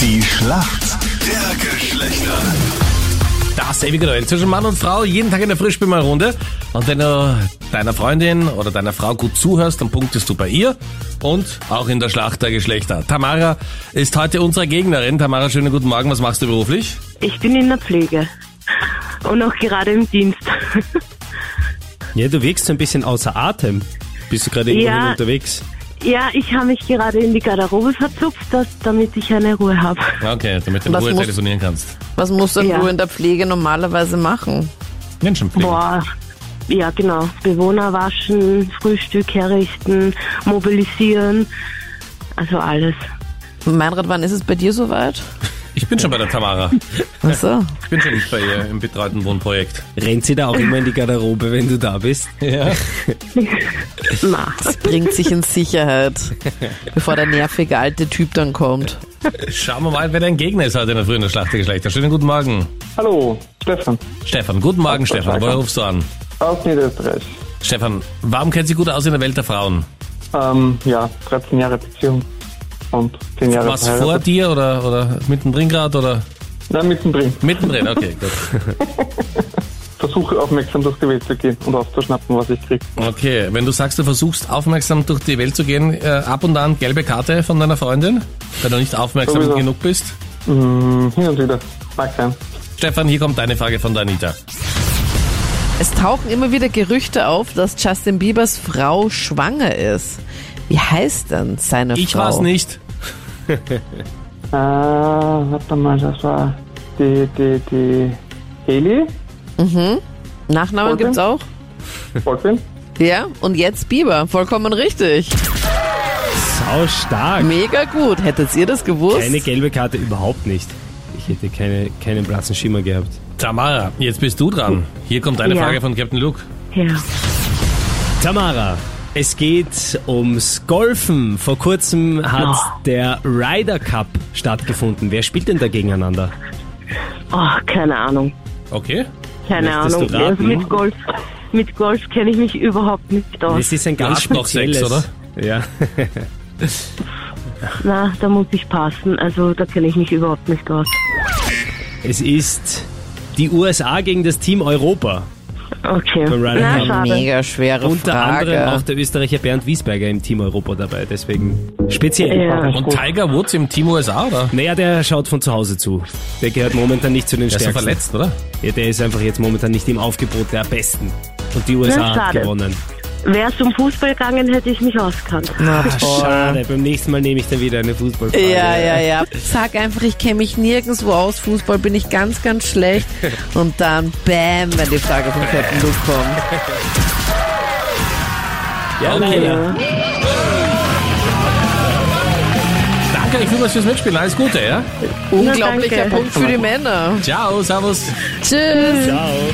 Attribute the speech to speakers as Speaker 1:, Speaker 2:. Speaker 1: Die Schlacht der Geschlechter.
Speaker 2: Das ewige Duell zwischen Mann und Frau, jeden Tag in der Frischspielmalrunde. Und wenn du deiner Freundin oder deiner Frau gut zuhörst, dann punktest du bei ihr und auch in der Schlacht der Geschlechter. Tamara ist heute unsere Gegnerin. Tamara, schönen guten Morgen. Was machst du beruflich?
Speaker 3: Ich bin in der Pflege und auch gerade im Dienst.
Speaker 4: Ja, du wirkst so ein bisschen außer Atem. Bist du gerade irgendwohin
Speaker 3: Ja.
Speaker 4: unterwegs?
Speaker 3: ja, ich habe mich gerade in die Garderobe verzupft, dass, damit ich eine Ruhe habe.
Speaker 2: Okay, damit du in
Speaker 5: Was
Speaker 2: Ruhe
Speaker 5: muss-
Speaker 2: telefonieren kannst.
Speaker 5: Was musst denn
Speaker 3: Ja.
Speaker 5: du in der Pflege normalerweise machen?
Speaker 2: Menschen pflegen.
Speaker 3: Boah. Ja, genau. Bewohner waschen, Frühstück herrichten, mobilisieren. Also alles.
Speaker 5: Meinrad, wann ist es bei dir soweit?
Speaker 2: Ich bin schon bei der Tamara.
Speaker 5: Achso.
Speaker 2: Ich bin schon bei ihr im betreuten Wohnprojekt.
Speaker 4: Rennt sie da auch immer in die Garderobe, wenn du da bist?
Speaker 2: Ja.
Speaker 3: Na,
Speaker 5: Das bringt sich in Sicherheit, bevor der nervige alte Typ dann kommt.
Speaker 2: Schauen wir mal, wer dein Gegner ist heute in der frühen der Schlacht der Geschlechter. Schönen guten Morgen.
Speaker 6: Hallo, Stefan
Speaker 2: Stefan, guten Morgen, Stefan. Woher rufst du an?
Speaker 6: aus Niederösterreich.
Speaker 2: Stefan, warum kennt sie gut aus in der Welt der Frauen?
Speaker 6: Ähm, ja, 13 Jahre Beziehung und 10 Jahre
Speaker 2: Was vor dir oder, oder mittendrin gerade oder
Speaker 6: Na, mittendrin.
Speaker 2: mittendrin? Okay, gut.
Speaker 6: Versuche aufmerksam durchs Gewicht zu gehen und aufzuschnappen, was ich krieg.
Speaker 2: Okay, wenn du sagst, du versuchst aufmerksam durch die Welt zu gehen, äh, ab und an gelbe Karte von deiner Freundin, wenn du nicht aufmerksam
Speaker 6: Sowieso.
Speaker 2: genug bist.
Speaker 6: Hm, hin und wieder. Mag sein.
Speaker 2: Stefan, hier kommt deine Frage von der Anita.
Speaker 5: Es tauchen immer wieder Gerüchte auf, dass Justin Biebers Frau schwanger ist. Wie heißt denn seine
Speaker 2: Ich
Speaker 5: Frau?
Speaker 2: war's nicht.
Speaker 6: Ah, warte mal, das war die, die, die Heli
Speaker 5: Nachnamen
Speaker 6: Okay.
Speaker 5: gibt's auch?
Speaker 6: Baldwin.
Speaker 5: Ja, und jetzt Bieber. Vollkommen richtig.
Speaker 4: Sau stark.
Speaker 5: Mega gut. Hättet ihr das gewusst?
Speaker 4: Keine gelbe Karte, überhaupt nicht. Ich hätte keine, keinen blassen Schimmer gehabt.
Speaker 2: Tamara, jetzt bist du dran. Hier kommt deine
Speaker 3: Ja.
Speaker 2: Frage von Captain Luke.
Speaker 3: ja.
Speaker 4: Tamara, es geht ums Golfen. Vor kurzem hat der Ryder Cup stattgefunden. Wer spielt denn da gegeneinander?
Speaker 3: Oh, keine Ahnung.
Speaker 2: Okay?
Speaker 3: Keine
Speaker 4: Möchtest du
Speaker 3: Ahnung. Also
Speaker 4: raten?
Speaker 3: mit Golf, mit Golf kenne ich mich überhaupt nicht aus.
Speaker 4: Es ist ein ganz
Speaker 2: hast noch
Speaker 4: spezielles...
Speaker 2: sechs, oder?
Speaker 4: Ja.
Speaker 3: Na, da muss ich passen. Also da kenne ich mich überhaupt nicht aus.
Speaker 4: Es ist die USA gegen das Team Europa.
Speaker 3: Okay.
Speaker 4: Beim Ryder
Speaker 3: Na,
Speaker 4: Cup.
Speaker 3: schade.
Speaker 5: Mega schwere
Speaker 4: Unter
Speaker 5: Frage.
Speaker 4: anderem auch der Österreicher Bernd Wiesberger im Team Europa dabei, deswegen speziell.
Speaker 3: Ja.
Speaker 2: Und Tiger Woods im Team USA, oder?
Speaker 4: Naja, der schaut von zu Hause zu. Der gehört momentan nicht zu den
Speaker 2: Der ist ja verletzt,
Speaker 4: Stärksten.
Speaker 2: oder?
Speaker 4: Ja, der ist einfach jetzt momentan nicht im Aufgebot der Besten. Und die USA hat
Speaker 3: schade.
Speaker 4: gewonnen.
Speaker 3: Wäre zum Fußball gegangen, hätte ich mich auskannt.
Speaker 4: Schade, beim nächsten Mal nehme ich dann wieder eine Fußballfrage.
Speaker 5: Ja, ja, ja. Sag einfach, ich kenne mich nirgendwo aus. Fußball bin ich ganz, ganz schlecht. Und dann, bam, wenn die Frage von Captain Luke kommt.
Speaker 4: ja okay. Ja.
Speaker 2: Danke euch vielmals fürs Mitspielen. Alles Gute, ja?
Speaker 5: Unglaublicher
Speaker 3: danke.
Speaker 5: Punkt für die Männer.
Speaker 2: Ciao, servus.
Speaker 5: Tschüss.
Speaker 4: Ciao.